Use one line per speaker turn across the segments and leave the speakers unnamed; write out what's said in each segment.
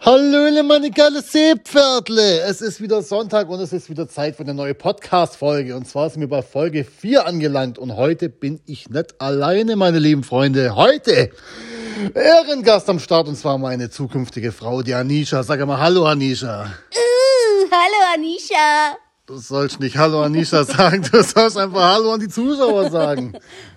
Hallöle, meine geile Seepferdle! Es ist wieder Sonntag und es ist wieder Zeit für eine neue Podcast-Folge. Und zwar sind wir bei Folge 4 angelangt. Und heute bin ich nicht alleine, meine lieben Freunde. Heute Ehrengast am Start und zwar meine zukünftige Frau, die Anisha. Sag mal Hallo, Anisha.
Uh, hallo Anisha.
Du sollst nicht Hallo, Anisha sagen. Du sollst einfach Hallo an die Zuschauer sagen.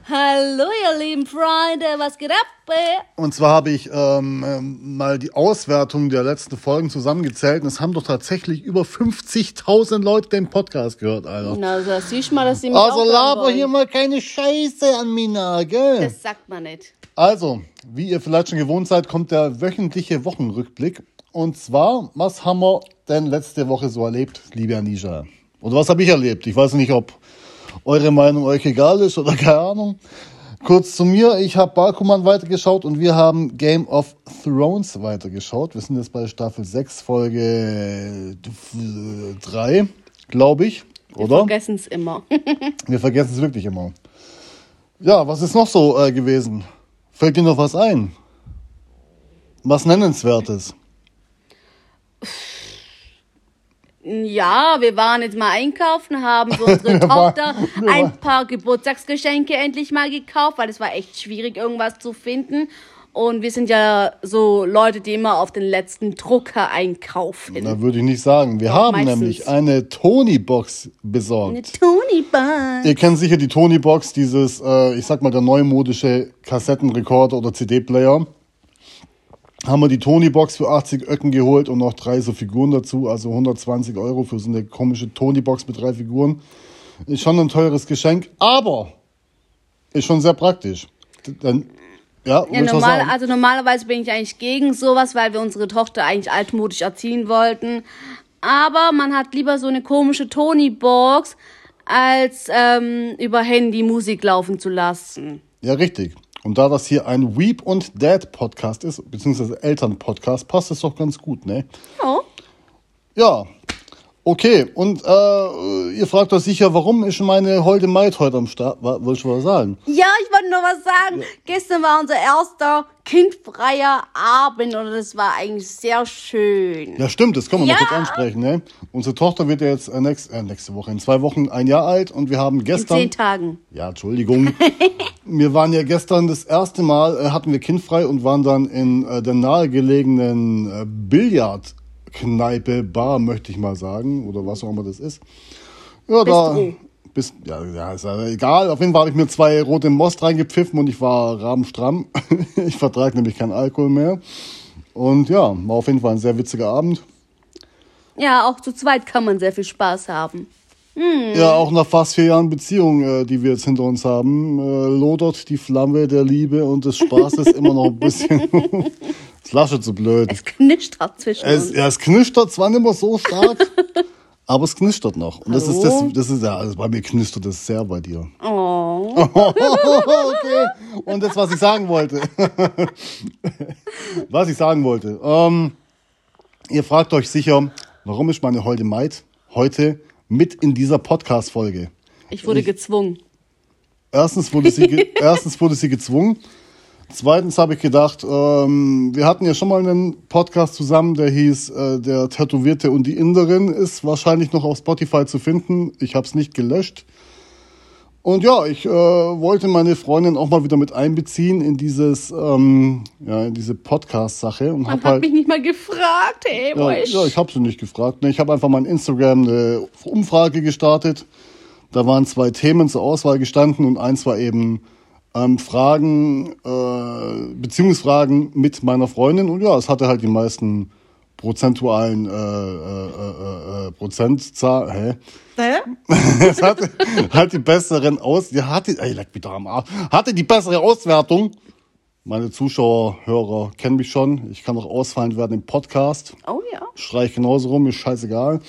Hallo ihr lieben Freunde, was geht ab? äh?
Und zwar habe ich ähm, ähm, mal die Auswertung der letzten Folgen zusammengezählt und es haben doch tatsächlich über 50.000 Leute den Podcast gehört, Alter.
Na, so siehst du mal, dass die mich
Also
aufhören
laber
wollen.
hier mal keine Scheiße an mir nach, gell?
Das sagt man nicht.
Also, wie ihr vielleicht schon gewohnt seid, kommt der wöchentliche Wochenrückblick. Und zwar, was haben wir denn letzte Woche so erlebt, liebe Anisha? Oder was habe ich erlebt? Ich weiß nicht, ob eure Meinung euch egal ist oder keine Ahnung. Kurz zu mir, ich habe Balkoman weitergeschaut und wir haben Game of Thrones weitergeschaut. Wir sind jetzt bei Staffel 6, Folge 3, glaube ich, oder?
Vergessen es immer.
Wir vergessen es wirklich immer. Ja, was ist noch so äh, gewesen? Fällt dir noch was ein? Was Nennenswertes?
ja, wir waren jetzt mal einkaufen, haben für unsere Tochter ein paar Geburtstagsgeschenke endlich mal gekauft, weil es war echt schwierig, irgendwas zu finden. Und wir sind ja so Leute, die immer auf den letzten Drucker einkaufen.
Na, würde ich nicht sagen. Wir haben
meistens.
nämlich eine Tony-Box besorgt.
Eine Tony Bar.
Ihr kennt sicher die Tony-Box, dieses, äh, ich sag mal, der neumodische Kassettenrekorder oder CD-Player. Haben wir die Tony-Box für 80 Öcken geholt und noch drei so Figuren dazu, also 120 Euro für so eine komische Tony-Box mit drei Figuren. Ist schon ein teures Geschenk, aber ist schon sehr praktisch. D- Dann, ja,
Ja,
will ich was
normal,
sagen?
also normalerweise bin ich eigentlich gegen sowas, weil wir unsere Tochter eigentlich altmodisch erziehen wollten. Aber man hat lieber so eine komische Tony-Box, als ähm, über Handy Musik laufen zu lassen.
Ja, richtig. Und da das hier ein Weep und Dad Podcast ist, beziehungsweise Eltern-Podcast, passt es doch ganz gut, ne?
Ja.
Ja. Okay, und äh, ihr fragt euch sicher, warum ist meine holde Maid heute am Start? Wa- Wolltest du was sagen?
ja, ich wollte nur was sagen. Gestern war unser erster kindfreier Abend und das war eigentlich sehr schön.
Ja, stimmt, das können wir noch
Ja.
kurz ansprechen. Ne? Unsere Tochter wird ja jetzt äh, nächst, äh, nächste Woche, in zwei Wochen ein Jahr alt und wir haben
In
gestern...
zehn Tagen.
Ja, Entschuldigung. wir waren ja gestern das erste Mal, äh, hatten wir kindfrei und waren dann in äh, der nahegelegenen äh, Billardkneipe, Bar, möchte ich mal sagen, oder was auch immer das ist. Ja,
Bistro.
da. Bis, ja, ja, ist ja egal. Auf jeden Fall habe ich mir zwei rote Most reingepfiffen und ich war rabenstramm. ich vertrage nämlich keinen Alkohol mehr. Und ja, war auf jeden Fall ein sehr witziger Abend.
Ja, auch zu zweit kann man sehr viel Spaß haben.
Ja, auch nach fast vier Jahren Beziehung, äh, die wir jetzt hinter uns haben, äh, lodert die Flamme der Liebe und des Spaßes immer noch ein bisschen. das lasche zu blöd.
Es knistert zwischen
Es,
uns.
ja, es knistert zwar nicht mehr so stark, aber es knistert noch. Und das ist, das,
Hallo?
das ist ja, also bei mir knistert es sehr bei dir.
Oh.
okay. Und das, was ich sagen wollte. was ich sagen wollte. Ähm, ihr fragt euch sicher, warum ist meine Holde Maid heute mit in dieser Podcast-Folge?
Ich wurde gezwungen.
Erstens wurde sie, ge erstens wurde sie gezwungen. Zweitens habe ich gedacht, ähm, wir hatten ja schon mal einen Podcast zusammen, der hieß äh, Der Tätowierte und die Inderin, ist wahrscheinlich noch auf Spotify zu finden. Ich habe es nicht gelöscht. Und ja, ich äh, wollte meine Freundin auch mal wieder mit einbeziehen in dieses, ähm, ja, in diese Podcast-Sache und
Man
habe
hat
halt
mich nicht mal gefragt, ey, wo
ja,
ich.
ja, ich habe sie nicht gefragt. Ne, Ich habe einfach mal in Instagram eine Umfrage gestartet. Da waren zwei Themen zur Auswahl gestanden und eins war eben ähm, Fragen, äh, Beziehungsfragen mit meiner Freundin. Und ja, es hatte halt die meisten prozentualen äh, äh, äh, äh, Prozentzahl. Hä?
Hä?
Es hatte halt die besseren Aus... Ja, hatte, ey, leck mich doch am Arsch. Hatte die bessere Auswertung. Meine Zuschauer, Hörer kennen mich schon. Ich kann auch ausfallend werden im Podcast.
Oh ja.
Streich genauso rum, ist scheißegal.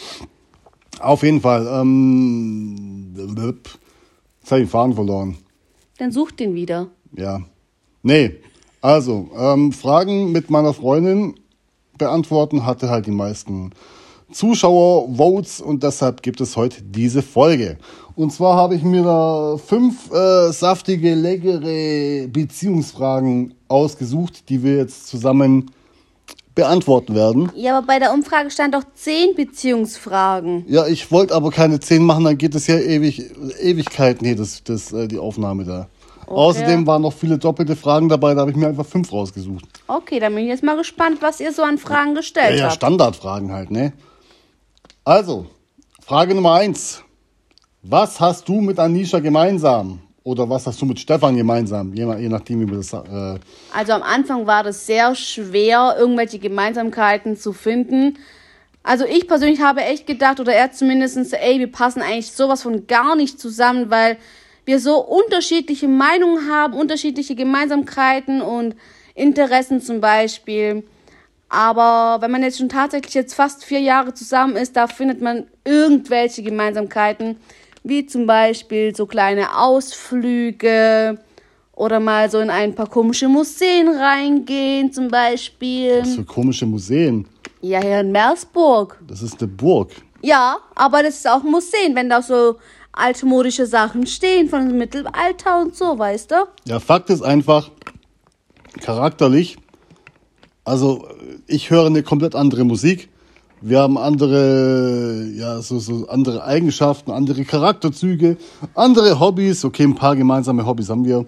Auf jeden Fall. Ähm, blub. jetzt habe ich den Faden verloren.
Dann such den wieder.
Ja. Nee. Also, ähm, Fragen mit meiner Freundin beantworten hatte halt die meisten Zuschauer-Votes und deshalb gibt es heute diese Folge. Und zwar habe ich mir da fünf äh, saftige, leckere Beziehungsfragen ausgesucht, die wir jetzt zusammen beantworten werden.
Ja, aber bei der Umfrage stand doch zehn Beziehungsfragen.
Ja, ich wollte aber keine 10 machen, dann geht es ja ewig, Ewigkeiten hier, das, das, äh, die Aufnahme da. Außerdem waren noch viele doppelte Fragen dabei, da habe ich mir einfach fünf rausgesucht.
Okay, dann bin ich jetzt mal gespannt, was ihr so an Fragen
Ja,
gestellt
ja,
habt.
Standardfragen halt, ne? Also, Frage Nummer eins. Was hast du mit Anisha gemeinsam? Oder was hast du mit Stefan gemeinsam? Je, nach- je nachdem, wie wir das. Äh,
Also am Anfang war das sehr schwer, irgendwelche Gemeinsamkeiten zu finden. Also ich persönlich habe echt gedacht, oder er zumindest, ey, wir passen eigentlich sowas von gar nicht zusammen, weil wir so unterschiedliche Meinungen haben, unterschiedliche Gemeinsamkeiten und Interessen zum Beispiel. Aber wenn man jetzt schon tatsächlich jetzt fast vier Jahre zusammen ist, da findet man irgendwelche Gemeinsamkeiten, wie zum Beispiel so kleine Ausflüge oder mal so in ein paar komische Museen reingehen, zum Beispiel.
was für komische Museen.
Ja, hier in Meersburg.
Das ist eine Burg.
Ja, aber das ist auch ein Museen, wenn da so altmodische Sachen stehen von dem Mittelalter und so, weißt du?
Ja, Fakt ist einfach, charakterlich, also ich höre eine komplett andere Musik. Wir haben andere, ja, so, so andere Eigenschaften, andere Charakterzüge, andere Hobbys. Okay, ein paar gemeinsame Hobbys haben wir.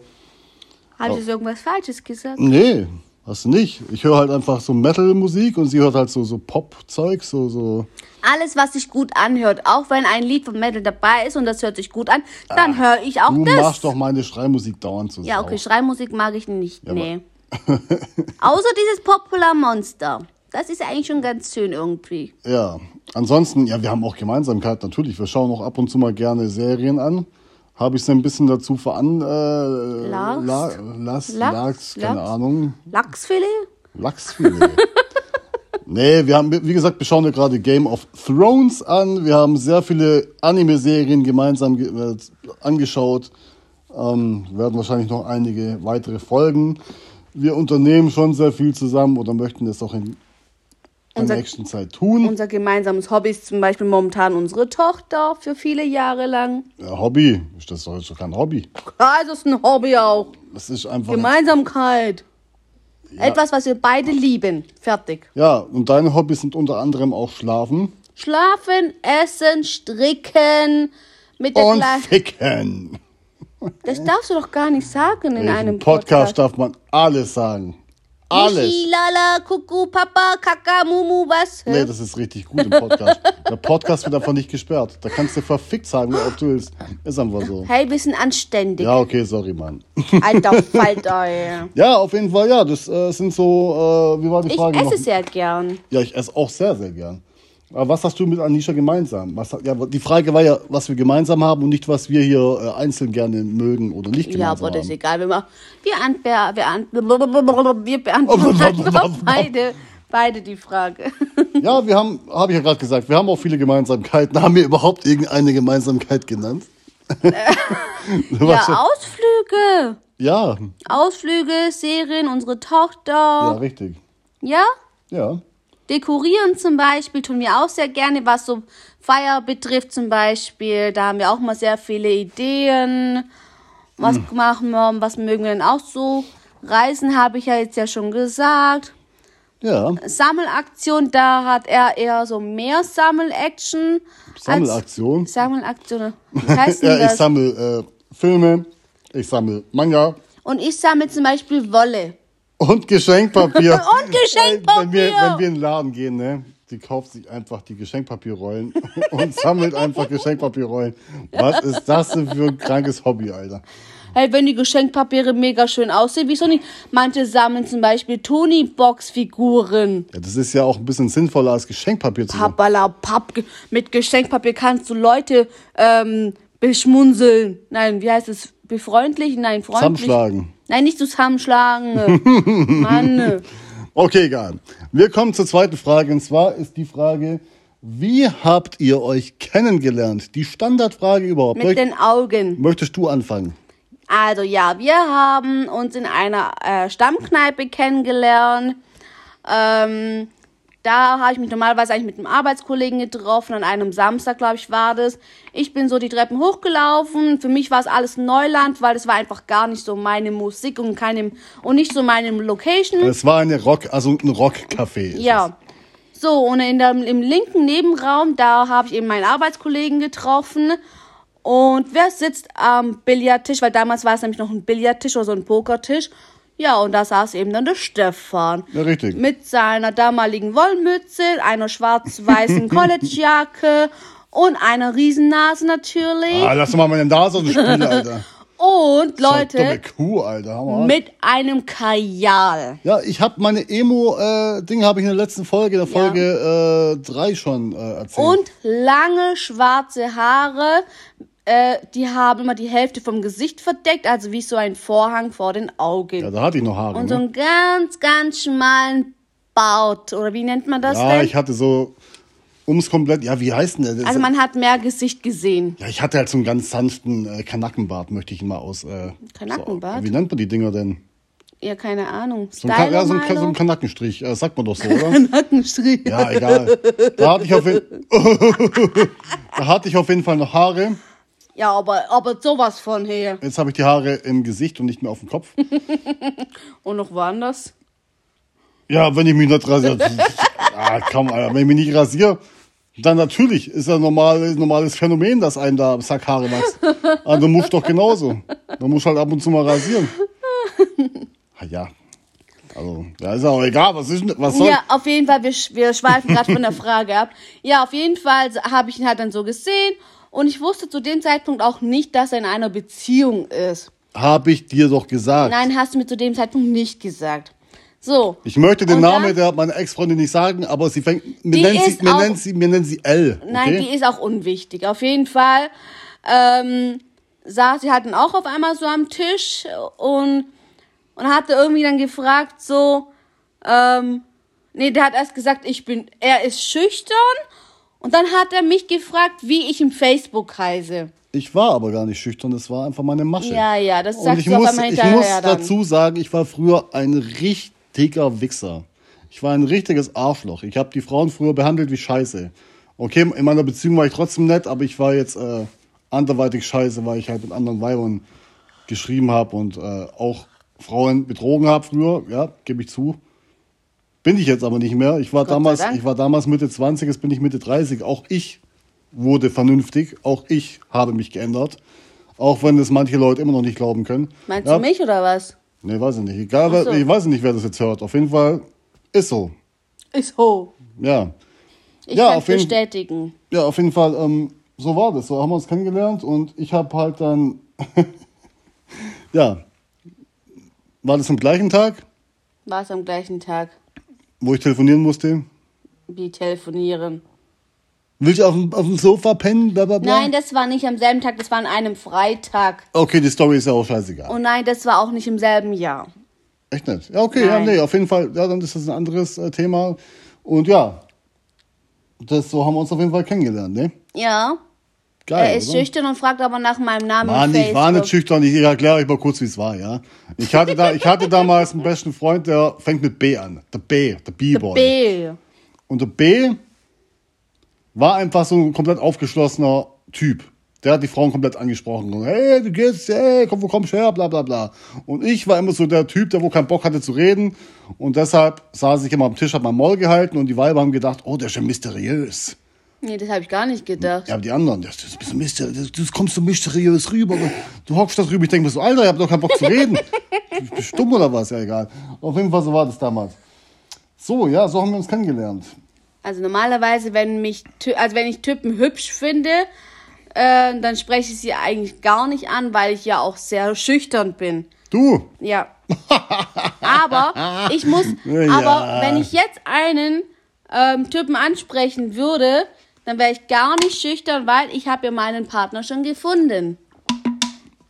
Habe
Oh.
ich jetzt irgendwas Falsches gesagt?
Nee, hast du nicht. Ich höre halt einfach so Metal-Musik und sie hört halt so, so Pop-Zeug, so, so.
Alles, was sich gut anhört, auch wenn ein Lied von Metal dabei ist und das hört sich gut an, dann höre ich auch
Ah, Du
das.
machst doch meine Schreimusik dauernd zusammen.
ja, okay, Schreimusik mag ich nicht, nee. Außer dieses Popular Monster. Das ist eigentlich schon ganz schön irgendwie.
Ja, ansonsten, ja, wir haben auch Gemeinsamkeit natürlich. Wir schauen auch ab und zu mal gerne Serien an. Habe ich es ein bisschen dazu veran... Äh, la,
Lachst?
las,
Lachs?
Lachs, keine
Lachs?
Ahnung.
Lachsfilet?
Lachsfilet. nee, wir haben, wie gesagt, wir schauen ja gerade Game of Thrones an. Wir haben sehr viele Anime-Serien gemeinsam ge äh, angeschaut. Ähm, werden wahrscheinlich noch einige weitere folgen. Wir unternehmen schon sehr viel zusammen oder möchten das auch in der
Unser-
nächsten Zeit tun.
Unser gemeinsames Hobby ist zum Beispiel momentan unsere Tochter für viele Jahre lang.
Ja, Hobby, ist das doch jetzt schon kein Hobby.
Klar, es ist ein Hobby auch.
Das ist einfach.
Gemeinsamkeit. Etwas, was wir beide lieben. Fertig.
Ja, und deine Hobbys sind unter anderem auch Schlafen
Schlafen, essen, stricken. Mit der
und
Kleinen.
Ficken.
Das darfst du doch gar nicht sagen in
Im
einem
Podcast
Podcast.
darf man alles sagen. Alles.
Muschi, Lala, Kucku, Papa, Kaka, Mumu, was?
Nee, das ist richtig gut im Podcast. Der Podcast wird einfach nicht gesperrt. Da kannst du verfickt sagen, ob du willst. Ist einfach so.
Hey, wir sind anständig.
Ja, okay, sorry, Mann.
Alter Falter, ey.
Ja, auf jeden Fall, ja, das äh, sind so, äh, wie war die
Ich
Frage noch?
esse sehr gern.
Ja, ich esse auch sehr, sehr gern. Aber was hast du mit Anisha gemeinsam? Was, hat- ja, die Frage war ja, was wir gemeinsam haben und nicht, was wir hier äh, einzeln gerne mögen oder nicht
Ja,
gemeinsam
aber das ist
haben.
egal. Wir, machen, wir, anbe wir, an wir beantworten einfach beide, beide die Frage.
Ja, wir haben, habe ich ja gerade gesagt, wir haben auch viele Gemeinsamkeiten. Haben wir überhaupt irgendeine Gemeinsamkeit genannt? Du warst
Äh, Ja, Ausflüge.
ja,
Ausflüge, Serien, unsere
ja,
Tochter.
richtig.
Ja?
Ja.
Dekorieren zum Beispiel tun wir auch sehr gerne, was so Feier betrifft zum Beispiel. Da haben wir auch mal sehr viele Ideen. Was
Hm.
machen wir, was mögen wir denn auch so? Reisen habe ich ja jetzt ja schon gesagt. Äh,
Ja,
Sammelaktion, da hat er eher so mehr Sammelaction. als-
Sammelaktion.
Sammelaktion. Was heißt denn
Ja, ich
das?
sammle äh, Filme, ich sammle Manga
Und ich sammle zum Beispiel Wolle.
und Geschenkpapier.
Und Geschenkpapier.
Wenn wir, wenn wir in den Laden gehen, ne? Die kauft sich einfach die Geschenkpapierrollen und sammelt einfach Geschenkpapierrollen. Was ist das denn für ein krankes Hobby, Alter?
Hey, wenn die Geschenkpapiere mega schön aussehen, wieso nicht? Manche sammeln zum Beispiel Tony-Box-Figuren.
Ja, das ist ja auch ein bisschen sinnvoller als Geschenkpapier zu sammeln.
Pappala, papp. Ge- Mit Geschenkpapier kannst du Leute ähm, beschmunzeln. Nein, wie heißt es? Befreundlich? Nein, freundlich.
Zusammenschlagen.
Nein, nicht zusammenschlagen. Mann.
Okay, egal. Wir kommen zur zweiten Frage und zwar ist die Frage, wie habt ihr euch kennengelernt? Die Standardfrage überhaupt.
Mit
Möcht
den Augen.
möchtest du anfangen?
Also ja, wir haben uns in einer äh, Stammkneipe kennengelernt. Ähm, Da habe ich mich normalerweise eigentlich mit einem Arbeitskollegen getroffen. An einem Samstag, glaube ich, war das. Ich bin so die Treppen hochgelaufen. Für mich war es alles Neuland, weil es war einfach gar nicht so meine Musik und keine und nicht so meine Location.
Es war eine Rock, also ein Rockcafé. ist es.
Ja. So, und in der, im linken Nebenraum, da habe ich eben meinen Arbeitskollegen getroffen. Und wer sitzt am Billardtisch? Weil damals war es nämlich noch ein Billardtisch oder so ein Pokertisch. Ja, und da saß eben dann der Stefan.
Ja, richtig.
Mit seiner damaligen Wollmütze, einer schwarz-weißen Collegejacke und einer Riesennase natürlich.
Ah, lass doch mal meine Nase aus dem Spiel, Alter.
Und
Dumme
Leute,
Kuh, Alter. Hammer.
mit einem Kajal.
Ja, ich habe meine Emo-Ding habe ich in der letzten Folge, in der Folge 3 schon äh, erzählt.
Und lange schwarze Haare. Äh, die haben immer die Hälfte vom Gesicht verdeckt, also wie so ein Vorhang vor den Augen.
ja, da hatte ich noch Haare.
Und so
ne?
einen ganz, ganz schmalen Bart. Oder wie nennt man das
Ja,
denn?
ich hatte so ums komplett. Ja, wie heißt denn der? Das-
also man hat mehr Gesicht gesehen.
ja, ich hatte halt so einen ganz sanften äh, Kanackenbart, möchte ich ihn mal aus. Äh,
Kanackenbart?
So, wie nennt man die Dinger denn?
Ja, keine Ahnung.
So ein, Ka-
Stylo
ja, so ein, Ka- so ein
Milo?
Kanackenstrich, äh, sagt man doch so, oder?
Nackenstrich.
Ja, egal. Da hatte ich auf, jeden- da hatte ich auf jeden Fall noch Haare.
Ja, aber, aber sowas von her.
Jetzt habe ich die Haare im Gesicht und nicht mehr auf dem Kopf.
Und noch woanders.
Ja, wenn ich mich nicht rasiere. ah, komm, Alter. Wenn ich mich nicht rasiere, dann natürlich ist ja normal, ist ein normales Phänomen, dass einem da am Sack Haare Ah, wächst. Aber du musst doch genauso. Du musst halt ab und zu mal rasieren. Ah, ja. Also, da ist auch egal, was ist denn, was soll.
Ja, auf jeden Fall, wir, sch- wir schweifen gerade von der Frage ab. Ja, auf jeden Fall habe ich ihn halt dann so gesehen. Und ich wusste zu dem Zeitpunkt auch nicht, dass er in einer Beziehung ist.
Habe ich dir doch gesagt.
Nein, hast du mir zu dem Zeitpunkt nicht gesagt. So.
Ich möchte den
Und
Namen
dann-
der meiner Ex-Freundin nicht sagen, aber sie fängt. Mir
Die
nennt sie,
ist
mir
auch-
nennt sie, mir nennt sie L. Okay?
Nein, die ist auch unwichtig. Auf jeden Fall ähm, saß sie hatten auch auf einmal so am Tisch und, und hatte irgendwie dann gefragt so, ähm, nee, der hat erst gesagt, ich bin, er ist schüchtern und dann hat er mich gefragt, wie ich im Facebook heiße.
Ich war aber gar nicht schüchtern, das war einfach meine Masche.
Ja, ja, das
Und
sagst
ich
du auf
muss,
einmal
ich
hinterher
muss
dann.
dazu sagen, ich war früher ein richtiger Wichser. Ich war ein richtiges Arschloch. Ich habe die Frauen früher behandelt wie Scheiße. Okay, in meiner Beziehung war ich trotzdem nett, aber ich war jetzt äh, anderweitig Scheiße, weil ich halt mit anderen Weibern geschrieben habe und äh, auch Frauen betrogen habe früher. Ja, gebe ich zu. Bin ich jetzt aber nicht mehr. Ich war,
Gott sei
damals,
Dank.
ich war damals Mitte 20, jetzt bin ich Mitte 30. Auch ich wurde vernünftig. Auch ich habe mich geändert. Auch wenn das manche Leute immer noch nicht glauben können.
Meinst
Ja.
du mich oder was?
Nee, weiß ich nicht. Egal, wer-
Ach so.
ich weiß nicht, wer das jetzt hört. Auf jeden Fall ist so.
Ist ho.
Ja.
Ich
Ja,
kann
auf jeden-
bestätigen.
Ja, auf jeden Fall, ähm, so war das. So haben wir uns kennengelernt und ich habe halt dann. ja. War das am gleichen Tag,
War es am gleichen Tag,
wo ich telefonieren musste?
wie telefonieren.
Will ich auf dem, auf dem Sofa pennen? Bla, bla, bla?
Nein, das war nicht am selben Tag, das war an einem Freitag.
Okay, die Story ist ja auch scheißegal.
Und nein, das war auch nicht im selben Jahr.
Echt nicht? Ja, okay, ja,
Nein.
nee, auf jeden Fall. Ja, dann ist das ein anderes äh, Thema. Und ja, das, so haben wir uns auf jeden Fall kennengelernt, ne?
Ja.
Geil.
er ist
oder?
schüchtern und fragt aber nach meinem Namen auf
Mann,
Facebook.
ich war nicht schüchtern. Ich erkläre euch mal kurz, wie es war, ja. Ich hatte, da, ich hatte damals einen besten Freund, der fängt mit B an. Der B, der B-Boy.
B.
Und der B war einfach so ein komplett aufgeschlossener Typ. Der hat die Frauen komplett angesprochen. Und, hey, du gehst, hey, komm, wo kommst du her, bla bla bla. Und ich war immer so der Typ, der wo keinen Bock hatte zu reden. Und deshalb saß ich immer am Tisch, hab mein Maul gehalten und die Weiber haben gedacht, oh, der ist ja mysteriös.
Nee, das habe ich gar nicht gedacht.
Ja, aber die anderen, das, das, bist du myster- das, das kommst du mysteriös rüber. Du, du hockst da drüber, ich denke mir so, Alter, ich hab doch keinen Bock zu reden. Du Bist dumm oder was? Ja, egal. Auf jeden Fall, so war das damals. So, ja, so haben wir uns kennengelernt.
Also normalerweise, wenn mich, Ty- also wenn ich Typen hübsch finde, äh, dann spreche ich sie eigentlich gar nicht an, weil ich ja auch sehr schüchtern bin.
Du,
Ja. aber ich muss,
Ja.
aber wenn ich jetzt einen ähm, Typen ansprechen würde, dann wäre ich gar nicht schüchtern, weil ich habe ja meinen Partner schon gefunden.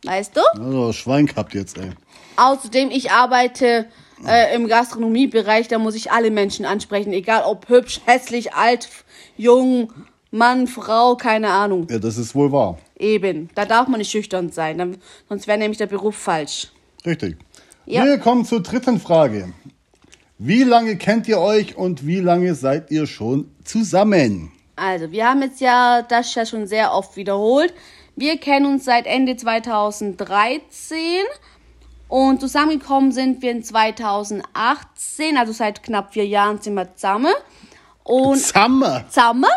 Weißt du?
Also, Schwein gehabt jetzt, ey.
Außerdem, ich arbeite äh, im Gastronomiebereich, da muss ich alle Menschen ansprechen, egal ob hübsch, hässlich, alt, f- jung, Mann, Frau, keine Ahnung.
Ja, das ist wohl wahr.
Eben, da darf man nicht schüchtern sein, dann, sonst wäre nämlich der Beruf falsch.
Richtig.
Ja.
Wir kommen zur dritten Frage. Wie lange kennt ihr euch und wie lange seid ihr schon zusammen?
Also, wir haben jetzt ja das ja schon sehr oft wiederholt. Wir kennen uns seit Ende 2013 und zusammengekommen sind wir in 2018, also seit knapp vier Jahren sind wir zusammen. Und
Summer.
zusammen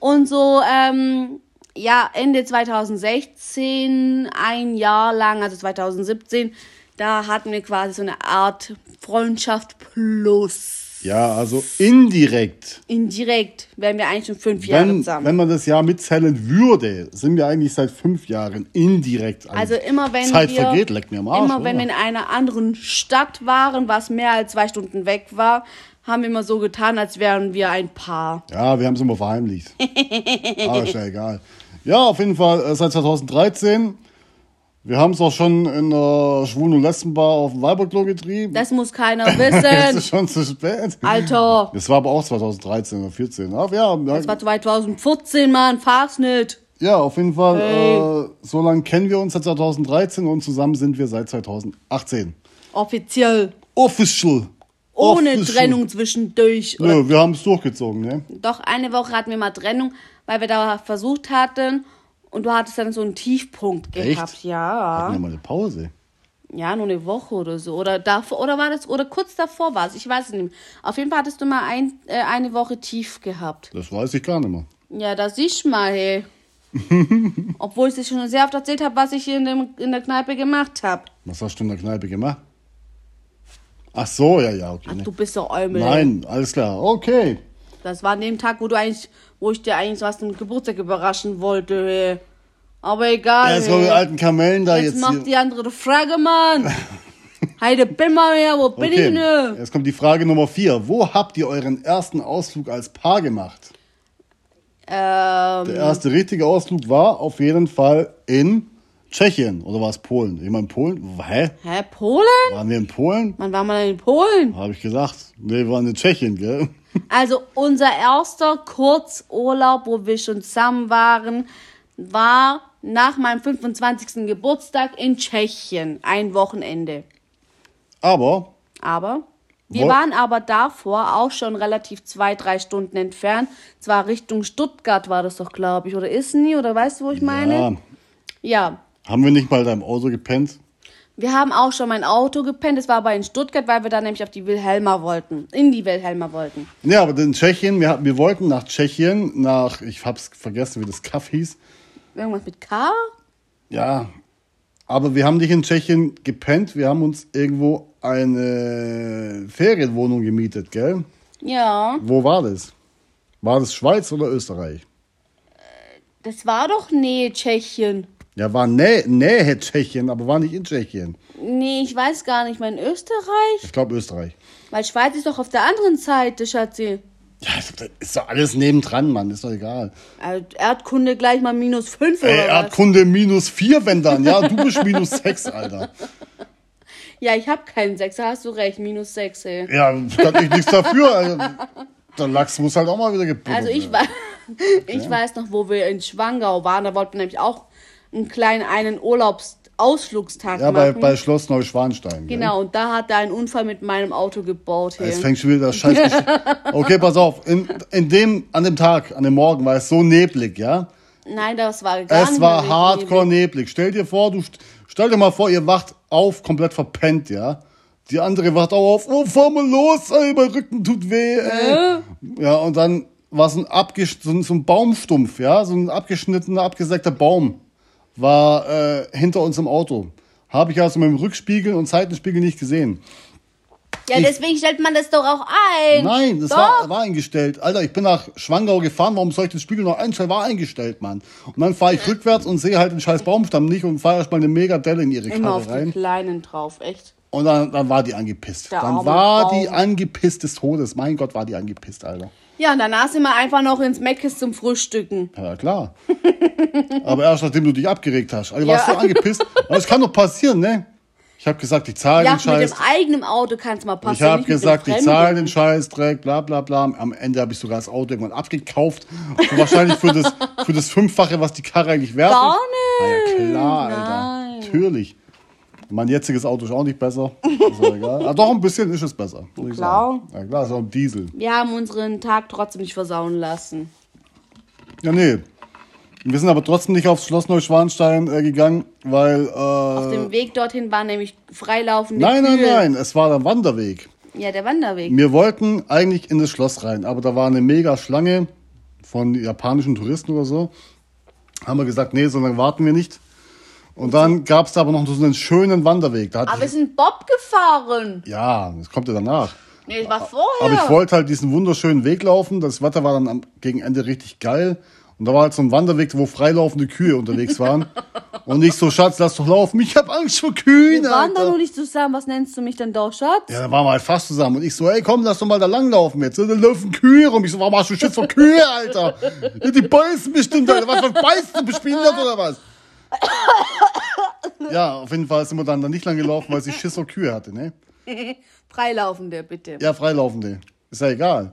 und so, ähm, ja, Ende 2016, ein Jahr lang, also 2017, da hatten wir quasi so eine Art Freundschaft plus.
Ja, also indirekt.
Indirekt wären wir eigentlich schon fünf Jahre
Wenn,
zusammen.
wenn man das Jahr mitzählen würde, sind wir eigentlich seit fünf Jahren indirekt. an-
Also immer wenn
Zeit
wir
vergeht, leckt mir am Arsch.
immer wenn
oder?
wir in einer anderen Stadt waren, was mehr als zwei Stunden weg war, haben wir immer so getan, als wären wir ein Paar.
Ja, wir haben es immer verheimlicht. Aber ist ja egal. Ja, auf jeden Fall äh, seit 2013. Wir haben es auch schon in der Schwulen- und Lesbenbar auf dem Weiberklo getrieben.
Das muss keiner
Jetzt
wissen.
ist schon zu spät.
Alter,
Das war aber auch 2013 oder 14. Ach, ja,
das war 2014, Mann, fahr's nicht.
ja, auf jeden Fall.
Hey.
Äh, so lange kennen wir uns seit 2013 und zusammen sind wir seit 2018.
Offiziell.
Official.
Ohne
Official.
Trennung zwischendurch. Oder
Nö, wir haben es durchgezogen, ne?
Doch eine Woche hatten wir mal Trennung, weil wir da versucht hatten. Und du hattest dann so einen Tiefpunkt
Echt?
gehabt,
Hatten
ja.
wir mal eine Pause.
Ja, nur eine Woche oder so. Oder davor, oder war das, oder kurz davor war es. Ich weiß es nicht. mehr. Auf jeden Fall hattest du mal ein, äh, eine Woche tief gehabt.
Das weiß ich gar nicht mehr.
Ja, das siehst du mal, hey. Obwohl ich dir schon sehr oft erzählt habe, was ich hier in, dem, in der Kneipe gemacht habe.
Was hast du in der Kneipe gemacht? Ach so, ja, ja, okay.
Ach,
ne.
du bist doch Eumel.
Nein, alles klar. Okay.
Das war an dem Tag, wo du eigentlich, wo ich dir eigentlich was zum Geburtstag überraschen wollte, hey. Aber egal.
Ja, jetzt kommen
hey.
wir alten Kamellen da
Jetzt
jetzt.
macht die andere Frage, Mann. Heide Bimmer her, wo bin ich
okay.
denn?
Jetzt kommt die Frage Nummer vier. Wo habt ihr euren ersten Ausflug als Paar gemacht?
Ähm,
Der erste richtige Ausflug war auf jeden Fall in Tschechien. Oder war es Polen? Ich meine, Polen? Hä?
hä, Polen?
Waren wir in Polen?
Wann waren wir denn in Polen?
Habe ich gesagt. Nee, wir waren in Tschechien, gell?
Also unser erster Kurzurlaub, wo wir schon zusammen waren, war nach meinem 25. Geburtstag in Tschechien. Ein Wochenende.
Aber
Aber wir
Wo-
waren aber davor auch schon relativ zwei, drei Stunden entfernt. Zwar Richtung Stuttgart war das doch, glaube ich. Oder ist nie, oder weißt du, wo ich meine?
ja,
Ja.
haben wir nicht mal in deinem Auto gepennt?
Wir haben auch schon mein Auto gepennt. Das war aber in Stuttgart, weil wir da nämlich auf die Wilhelma wollten. In die Wilhelma wollten.
Ja, aber in Tschechien, wir, hatten- wir wollten nach Tschechien, nach, ich hab's vergessen, wie das Kaff hieß.
Irgendwas mit K?
Ja, aber wir haben nicht in Tschechien gepennt, wir haben uns irgendwo eine Ferienwohnung gemietet, gell?
Ja.
Wo war das? War das Schweiz oder Österreich?
Das war doch Nähe Tschechien.
Ja, war Nä Nähe Tschechien, aber war nicht in Tschechien.
Nee, ich weiß gar nicht. Mein Österreich?
Ich glaube Österreich.
Weil Schweiz ist doch auf der anderen Seite, Schatzi.
Ja, das ist doch alles nebendran, Mann, ist doch egal.
Also Erdkunde gleich mal minus fünf oder
Ey,
was?
Erdkunde minus vier, wenn dann, ja, du bist minus sechs, Alter.
Ja, ich hab keinen Sechs. Da hast du recht. Minus sechs, ey.
Ja, kann ich nichts dafür. Alter. Der Lachs muss halt auch mal wieder gebuddelt
Also ich,
werden.
war, ich weiß noch, wo wir in Schwangau waren. Da wollten wir nämlich auch einen kleinen einen Urlaubs Ausflugstag
Ja, bei,
machen.
bei Schloss Neuschwanstein. gell?
Genau, und da hat er einen Unfall mit meinem Auto gebaut. Hey.
Jetzt fängt schon wieder das Scheiß. okay, pass auf. In, in dem, an dem Tag, an dem Morgen war es so neblig, ja?
Nein, das war gar nicht
es war
mehr
hardcore neblig. Stell dir vor, du st- stell dir mal vor, ihr wacht auf, komplett verpennt, ja? Die andere wacht auch auf, oh, fahr mal los, ey, mein Rücken tut weh, ey. Ja, und dann war so ein, abgesch so ein, so ein Baumstumpf, ja? So ein abgeschnittener, abgesägter Baum war äh, hinter uns im Auto. Habe ich also mit dem Rückspiegel und Seitenspiegel nicht gesehen.
Ja, deswegen stellt man das doch auch ein.
Nein, das
doch.
war, war eingestellt. Alter, ich bin nach Schwangau gefahren, warum soll ich den Spiegel noch einstellen? War eingestellt, Mann. Und dann fahre ich rückwärts und sehe halt den scheiß Baumstamm nicht und fahre erstmal eine mega Delle in ihre
Immer auf
Karre
die
rein.
Kleinen drauf, echt.
Und dann, dann war die angepisst.
Der
Dann
arme
war
Baum.
die angepisst des Todes. Mein Gott, war die angepisst, Alter.
Ja, und danach sind wir einfach noch ins Meckes zum Frühstücken.
Ja, klar. Aber erst nachdem du dich abgeregt hast. Also, du
Ja.
warst so angepisst. Aber es kann doch passieren, ne? Ich habe gesagt, ich zahle
Ja,
den
mit
Scheiß.
dem eigenen Auto kann's mal
Ich
passieren.
habe
nicht mit dem
gesagt, ich
Fremden.
zahle den Scheißdreck, bla bla bla. Am Ende habe ich sogar das Auto irgendwann abgekauft. Und wahrscheinlich für das, für das Fünffache, was die Karre eigentlich wert ist.
Gar
Ah, ja, klar, Alter.
Nein.
Natürlich. Mein jetziges Auto ist auch nicht besser. Ist ja egal. Aber doch ein bisschen ist es besser. Muss ich
Klar.
sagen. Ja klar, ist auch ein Diesel.
Wir haben unseren Tag trotzdem nicht versauen lassen.
Ja, nee. Wir sind aber trotzdem nicht aufs Schloss Neuschwanstein äh, gegangen, weil. Äh,
Auf dem Weg dorthin waren nämlich freilaufende
nein, nein,
Kühe.
nein. Es war der Wanderweg.
Ja, der Wanderweg.
Wir wollten eigentlich in das Schloss rein, aber da war eine mega Schlange von japanischen Touristen oder so. Haben wir gesagt, nee, so lange warten wir nicht. Und dann gab es da aber noch so einen schönen Wanderweg. Da
Aber
hatte
wir sind Bob gefahren.
ich, ja, das kommt ja danach.
Nee, das war
Aber
vorher.
ich wollte halt diesen wunderschönen Weg laufen. Das Wetter war dann am, gegen Ende richtig geil. Und da war halt so ein Wanderweg, wo freilaufende Kühe unterwegs waren. Und nicht so, Schatz, lass doch laufen. Ich hab Angst vor Kühen.
wir waren da
Alter.
nur nicht zusammen. Was nennst du mich denn doch, Schatz?
Ja, da waren wir halt fast zusammen. Und ich so, ey, komm, lass doch mal da langlaufen jetzt. Da laufen Kühe rum. Ich so, warum hast du Schiss vor Kühe, Alter? Ja, Die beißen bestimmt, Alter. Was, was beißt du? Bespielt oder was? Ja, auf jeden Fall sind wir dann da nicht lang gelaufen, weil sie Schiss vor Kühe hatte, ne?
Freilaufende, bitte.
Ja, Freilaufende. Ist ja egal.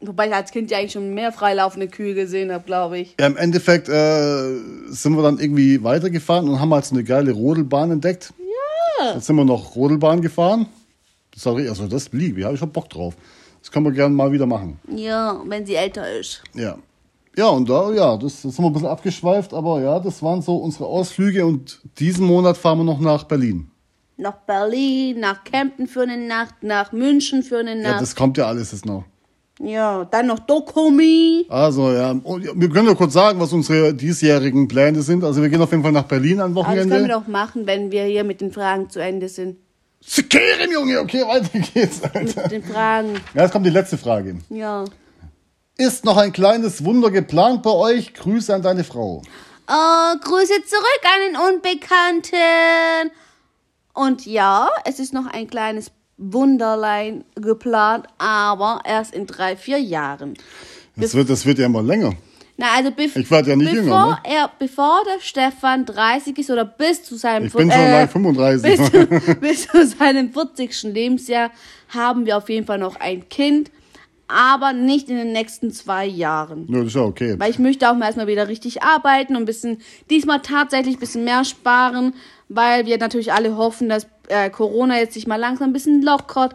Wobei ich als Kind ja eigentlich schon mehr freilaufende Kühe gesehen habe, glaube ich.
Ja, im Endeffekt äh, sind wir dann irgendwie weitergefahren und haben halt so eine geile Rodelbahn entdeckt. Ja. Jetzt sind wir noch Rodelbahn gefahren. Das war, richtig- also das liebe ich, habe ich schon Bock drauf. Das können wir gerne mal wieder machen.
Ja, wenn sie älter ist.
Ja. Ja, und da, ja, das, das sind wir ein bisschen abgeschweift, aber ja, das waren so unsere Ausflüge und diesen Monat fahren wir noch nach Berlin.
Nach Berlin, nach Kempten für eine Nacht, nach München für eine
Ja,
Nacht.
das kommt ja alles jetzt noch.
Ja, dann noch Dokumi.
Also, ja, und ja, wir können ja kurz sagen, was unsere diesjährigen Pläne sind. Also, wir gehen auf jeden Fall nach Berlin am
Aber das können wir
Wochenende.
doch machen, wenn wir hier mit den Fragen zu Ende sind.
Sekerem, Junge, okay, weiter geht's, Alter.
Mit den Fragen,
Ja, jetzt kommt die letzte Frage.
ja.
Ist noch ein kleines Wunder geplant bei euch? Grüße an deine Frau.
Oh, Grüße zurück an den Unbekannten. Und ja, es ist noch ein kleines Wunderlein geplant, aber erst in drei, vier Jahren.
Das wird, das wird ja immer länger.
Na, also bef
Ich werd ja nicht
bevor
jünger, ne?
er, bevor der Stefan 30 ist oder bis zu seinem
Ich bin schon
äh,
gleich 35.
bis, zu, bis zu seinem 40. Lebensjahr haben wir auf jeden Fall noch ein Kind, aber nicht in den nächsten zwei Jahren.
Nö, das ist ja okay.
Weil ich möchte auch mal erstmal wieder richtig arbeiten und ein bisschen, diesmal tatsächlich ein bisschen mehr sparen, weil wir natürlich alle hoffen, dass äh, Corona jetzt sich mal langsam ein bisschen lockert.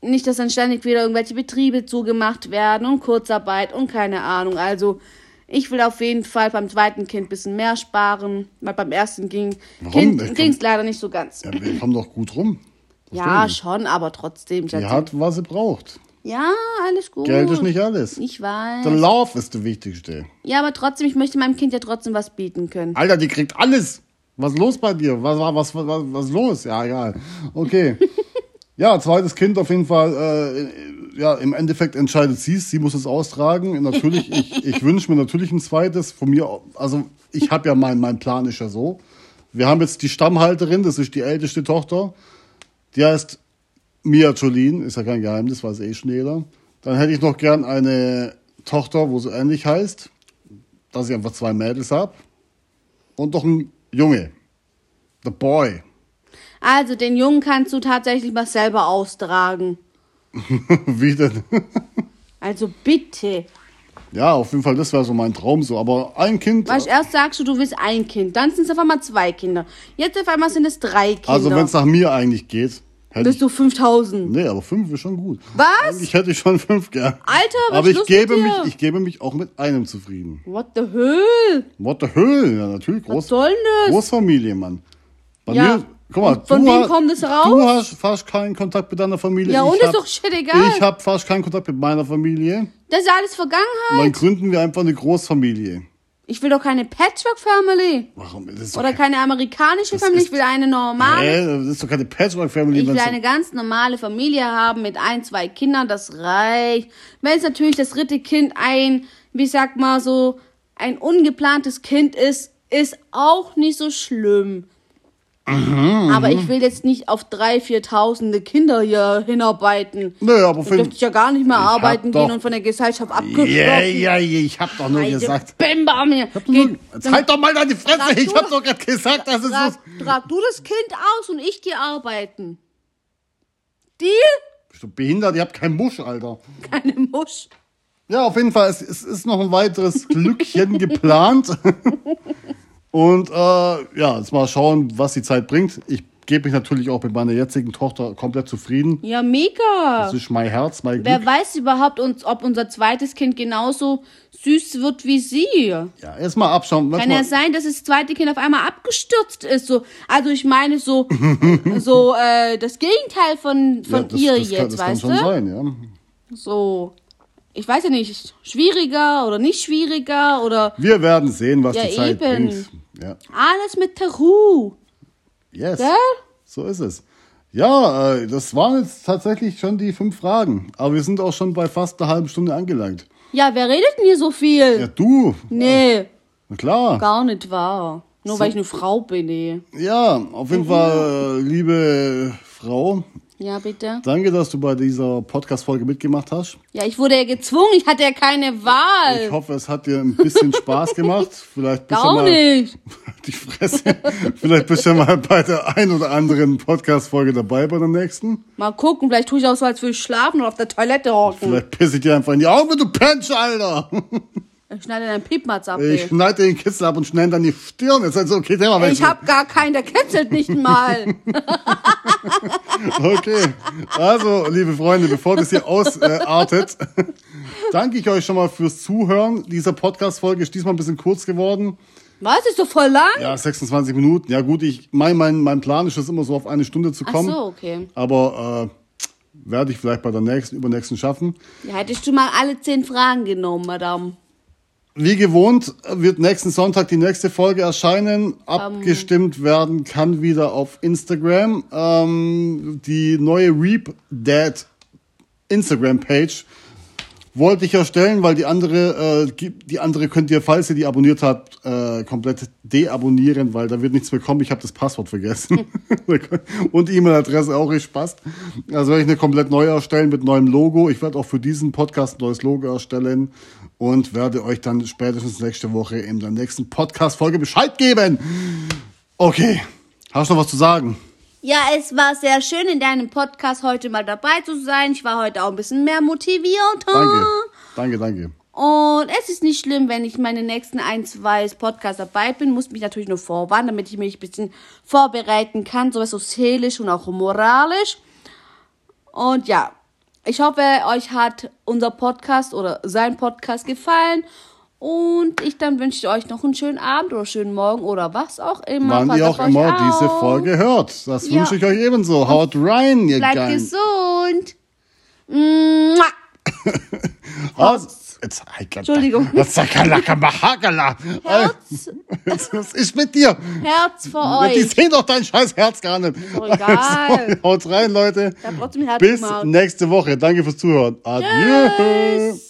Nicht, dass dann ständig wieder irgendwelche Betriebe zugemacht werden und Kurzarbeit und keine Ahnung. Also, ich will auf jeden Fall beim zweiten Kind ein bisschen mehr sparen, weil beim ersten ging
Warum? Ich
ging es leider nicht so ganz.
Ja, wir kommen doch gut rum.
Ja,
Verstehen.
schon, aber trotzdem.
Die
Schatzi.
hat, was sie braucht.
Ja, alles gut.
Geld ist nicht alles.
Ich weiß.
Der Lauf ist das Wichtigste.
Ja, aber trotzdem, ich möchte meinem Kind ja trotzdem was bieten können.
Alter, die kriegt alles. Was ist los bei dir? Was, was, was, was, was ist los? Ja, egal. Okay. ja, zweites Kind auf jeden Fall. Äh, ja, im Endeffekt entscheidet sie es. Sie muss es austragen. Natürlich, ich, ich wünsche mir natürlich ein zweites. Von mir, au- also ich habe ja mein, mein Plan ist ja so. Wir haben jetzt die Stammhalterin, das ist die älteste Tochter. Die heißt Mia Jolene, ist ja kein Geheimnis, weiß eh schon jeder. Dann hätte ich noch gern eine Tochter, wo so ähnlich heißt, dass ich einfach zwei Mädels habe. Und noch ein Junge. The Boy.
Also, den Jungen kannst du tatsächlich mal selber austragen.
Wie denn?
Also bitte.
Ja, auf jeden Fall, das wäre so mein Traum so. Aber ein Kind.
Weißt, erst sagst du, du willst ein Kind, dann sind es auf einmal zwei Kinder. Jetzt auf einmal sind es drei Kinder.
also, wenn es nach mir eigentlich geht, hätte
bist
ich.
du 5000.
Nee, aber fünf ist schon gut.
Was?
Ich hätte schon fünf gern.
Alter, was
Aber
ist
ich
los
gebe,
mit
mich,
dir?
ich gebe mich auch mit einem zufrieden.
What the hell?
What the hell? Ja, natürlich.
Was
Groß,
soll denn das?
Großfamilie, Mann. Bei
Ja.
mir. Guck mal,
Und von
du
wem
ha-
kommt es
Du
raus?
hast fast keinen Kontakt mit deiner Familie.
Ja,
Ich
und ist
hab-
doch scheißegal.
Ich habe fast keinen Kontakt mit meiner Familie.
Das ist ja alles
Und
Vergangenheit.
dann gründen wir einfach eine Großfamilie.
Ich will doch keine Patchwork-Family.
Warum? Das ist doch
Oder keine amerikanische
Das
Familie.
ist-
Ich will eine normale.
Hä? Das ist doch keine Patchwork-Family.
Ich will
wenn's-
eine ganz normale Familie haben mit ein, zwei Kindern, das reicht. Wenn es natürlich das dritte Kind ein, wie sagt man so, ein ungeplantes Kind ist, ist auch nicht so schlimm. Aber ich will jetzt nicht auf drei, viertausende Kinder hier hinarbeiten.
Nö, aber
Da dürfte
für.
ich ja gar nicht mehr
hab
arbeiten
doch-
gehen und von der Gesellschaft abgeschlossen.
Ja, ja, ja, ich hab doch nur
Heide
gesagt.
Bimba mir. Geh-
Jetzt halt doch mal deine
Sag
Fresse.
du
Ich hab
doch-
doch gerade gesagt, dass es
Trag,
ist.
trag du das Kind aus und ich gehe arbeiten. Deal?
Bist du behindert? Ihr habt keinen Musch, Alter.
Keine Musch.
Ja, auf jeden Fall. Es, es ist noch ein weiteres Glückchen geplant. Und äh, ja, jetzt mal schauen, was die Zeit bringt. Ich gebe mich natürlich auch mit meiner jetzigen Tochter komplett zufrieden.
Ja, mega.
Das ist mein Herz, mein
Wer
Glück.
weiß überhaupt, uns, ob unser zweites Kind genauso süß wird wie sie?
Ja, erstmal abschauen.
Kann ja
Manchmal,
sein, dass das zweite Kind auf einmal abgestürzt ist. So. Also ich meine so, so äh, das Gegenteil von, von
das,
ihr
das
jetzt,
kann, das kann
weißt
schon
du?
sein, ja.
So, ich weiß ja nicht, schwieriger oder nicht schwieriger oder
Wir werden sehen, was
Ja,
die Zeit
eben.
bringt. Ja,
alles mit der Ruhe.
yes.
Gell?
So ist es. Ja, äh, das waren jetzt tatsächlich schon die fünf Fragen. Aber wir sind auch schon bei fast einer halben Stunde angelangt.
Ja, wer redet denn hier so viel?
Ja, du.
Nee,
Na klar.
gar nicht wahr. Nur weil ich eine Frau bin, eh. nee.
Ja, auf jeden Fall, äh, liebe Frau,
Ja, bitte.
danke, dass du bei dieser Podcast-Folge mitgemacht hast.
Ja, ich wurde ja gezwungen, ich hatte ja keine Wahl.
Ich hoffe, es hat dir ein bisschen Spaß gemacht. Vielleicht bist du
Äh. Gar
mal
nicht.
die Fresse. Vielleicht bist du mal bei der ein oder anderen Podcast-Folge dabei bei der nächsten.
Mal gucken, vielleicht tue ich auch so, als würde ich schlafen oder auf der Toilette hocken.
Vielleicht pisse ich dir einfach in die Augen, du Pensch, Alter.
Ich schneide deinen Piepmatz ab.
Ich
ey.
schneide den Kitzel ab und schnell dann die Stirn. Ist also okay, Thema
Ich hab gar keinen, der kitzelt nicht mal.
Okay. Also, liebe Freunde, bevor das hier ausartet, danke ich euch schon mal fürs Zuhören. Dieser Podcast-Folge ist diesmal ein bisschen kurz geworden.
Was? Ist doch voll lang?
Ja, 26 Minuten. Ja, gut, ich mein, mein, mein Plan ist es immer so auf eine Stunde zu
Ach
kommen.
so, okay.
Aber äh, werde ich vielleicht bei der nächsten, übernächsten schaffen.
Ja, hättest du mal alle zehn Fragen genommen, Madame.
Wie gewohnt wird nächsten Sonntag die nächste Folge erscheinen. Abgestimmt werden kann wieder auf Instagram. Ähm, die neue Reap Dad Instagram Page wollte ich erstellen, weil die andere, äh, gibt- die andere könnt ihr, falls ihr die abonniert habt, äh, komplett deabonnieren, weil da wird nichts mehr kommen. Ich habe das Passwort vergessen und die E-Mail-Adresse auch, ich passt. Also werde ich eine komplett neue erstellen mit neuem Logo. Ich werde auch für diesen Podcast ein neues Logo erstellen und werde euch dann spätestens nächste Woche in der nächsten Podcast-Folge Bescheid geben. Okay, hast du noch was zu sagen?
Ja, es war sehr schön, in deinem Podcast heute mal dabei zu sein. Ich war heute auch ein bisschen mehr motiviert.
Danke,
Ah.
danke, danke.
Und es ist nicht schlimm, wenn ich meine nächsten ein, zwei Podcasts dabei bin. Muss mich natürlich nur vorwarnen, damit ich mich ein bisschen vorbereiten kann. Sowas so seelisch und auch moralisch. Und ja, ich hoffe, euch hat unser Podcast oder sein Podcast gefallen. Und ich dann wünsche ich euch noch einen schönen Abend oder schönen Morgen oder was auch immer.
Wann
Passt
ihr
auf
auch
euch
immer diese
auf.
Folge hört. Das
Ja.
wünsche ich euch ebenso. Haut rein, ihr
Bleibt
Geilen.
gesund. Mua.
Aus. Jetzt, halt,
Entschuldigung.
Das ist Hakalakabahakala.
Herz,
Was ist mit dir?
Herz vor
Die
euch.
sehen doch dein scheiß Herz gar nicht.
doch egal.
Also, haut rein, Leute.
Ich hab trotzdem Herz
Bis
gemacht.
nächste Woche. Danke fürs Zuhören. Adieu.
Tschüss.